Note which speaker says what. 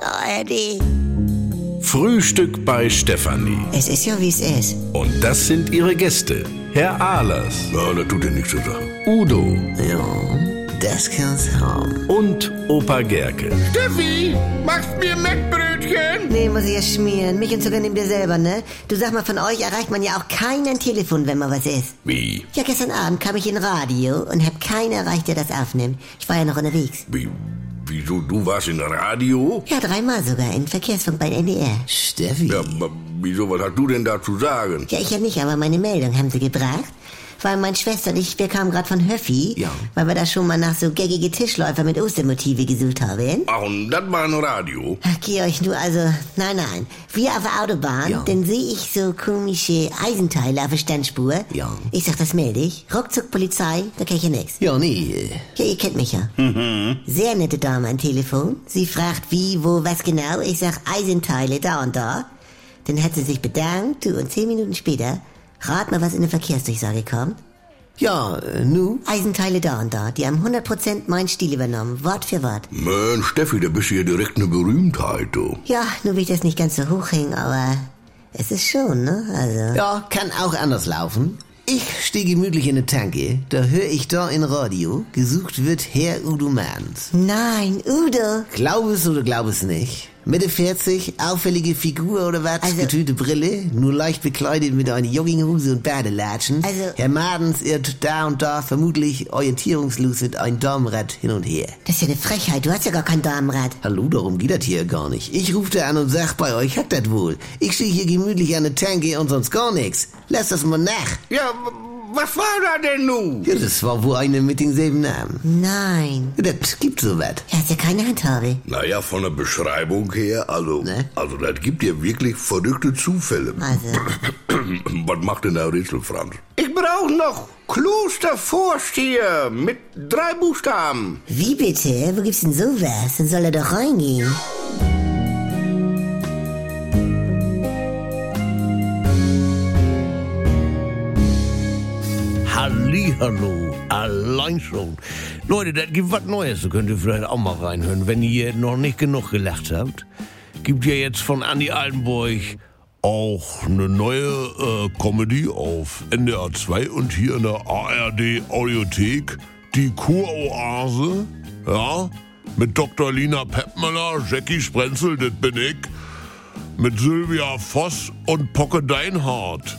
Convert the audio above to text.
Speaker 1: ARD.
Speaker 2: Frühstück bei Stefanie.
Speaker 1: Es ist ja, wie es ist.
Speaker 2: Und das sind ihre Gäste. Herr Ahlers,
Speaker 3: Ja, das tut dir nichts zu sagen.
Speaker 2: Udo
Speaker 1: Ja, das kann's haben.
Speaker 2: und Opa Gerke.
Speaker 4: Steffi, machst mir Mettbrötchen?
Speaker 1: Nee, muss ich ja schmieren. Mich und Zucker nehmt ihr selber, ne? Du sag mal, von euch erreicht man ja auch keinen Telefon, wenn mal was ist.
Speaker 3: Wie?
Speaker 1: Ja, gestern Abend kam ich in Radio und hab keinen erreicht, der das aufnimmt. Ich war ja noch unterwegs.
Speaker 3: Wie? Wieso, du warst in Radio?
Speaker 1: Ja, dreimal sogar in Verkehrsfunk bei NDR.
Speaker 5: Steffi.
Speaker 3: Ja, aber wieso, was hast du denn da zu sagen?
Speaker 1: Ja, ich ja nicht, aber meine Meldung haben sie gebracht. Weil meine Schwester und ich, wir kamen gerade von Höffi,
Speaker 5: Ja.
Speaker 1: weil wir da schon mal nach so gaggige Tischläufer mit Ostermotive gesucht haben.
Speaker 3: Ach, und das war ein Radio?
Speaker 1: Ach, Georg, du also, nein, nein. Wir auf der Autobahn,
Speaker 5: Ja.
Speaker 1: dann sehe ich so komische Eisenteile auf der Standspur.
Speaker 5: Ja.
Speaker 1: Ich sag, das melde ich. Ruckzuck Polizei, da kenn ich ja nix.
Speaker 5: Ja, nee. äh,
Speaker 1: Ja, ihr kennt mich ja.
Speaker 5: Mhm.
Speaker 1: Sehr nette Dame am Telefon. Sie fragt, wie, wo, was genau. Ich sag Eisenteile da und da. Dann hat sie sich bedankt, du, und zehn Minuten später, rat mal, was in der Verkehrsdurchsage kommt.
Speaker 5: Ja, äh, nu?
Speaker 1: Eisenteile da und da, die haben 100% meinen Stil übernommen, Wort für Wort.
Speaker 3: Mensch, Steffi, da bist du ja direkt eine Berühmtheit, du.
Speaker 1: Ja, nur will ich das nicht ganz so hochhängen, aber es ist schon, ne? Also,
Speaker 5: Ja, kann auch anders laufen. Ich stehe gemütlich in der Tanke, da höre ich da in Radio, gesucht wird Herr Udo Manns.
Speaker 1: nein, Udo.
Speaker 5: Glaub es oder glaub es nicht. Mitte 40, auffällige Figur oder was,
Speaker 1: Also-
Speaker 5: getönte Brille, nur leicht bekleidet mit einer Jogginghose und Badelatschen.
Speaker 1: Also-
Speaker 5: Herr Madens irrt da und da vermutlich orientierungslos mit einem Daumenrad hin und her.
Speaker 1: Das ist ja eine Frechheit, du hast ja gar kein Damenrad.
Speaker 5: Hallo, darum geht das hier gar nicht. Ich rufe da an und sag, bei euch hat das wohl. Ich stehe hier gemütlich an der Tanke und sonst gar nichts. Lass das mal nach.
Speaker 3: Ja, w- was war da denn nun?
Speaker 5: Ja, das war wohl eine mit demselben Namen.
Speaker 1: Nein,
Speaker 5: Ja, Das gibt sowas.
Speaker 1: er hat ja keine Handhabe.
Speaker 3: Naja, von der Beschreibung her, also,
Speaker 5: Ne?
Speaker 3: also, das gibt ja wirklich verrückte Zufälle.
Speaker 1: Also,
Speaker 3: was macht denn der Rätsel, Franz?
Speaker 4: Ich brauch noch Klostervorsteher mit drei Buchstaben.
Speaker 1: wie bitte? Wo gibt's denn sowas? Dann soll er doch reingehen.
Speaker 6: Hallihallo, allein schon. Leute, das gibt was Neues, da könnt ihr vielleicht auch mal reinhören, wenn ihr noch nicht genug gelacht habt. Gibt ja jetzt von Andy Altenburg auch eine neue äh, Comedy auf NDR 2 und hier in der ARD Audiothek, die Kuroase, ja, mit Dr. Lina Peppmüller, Jackie Sprenzel, das bin ich, mit Sylvia Voss und Pocke Deinhardt.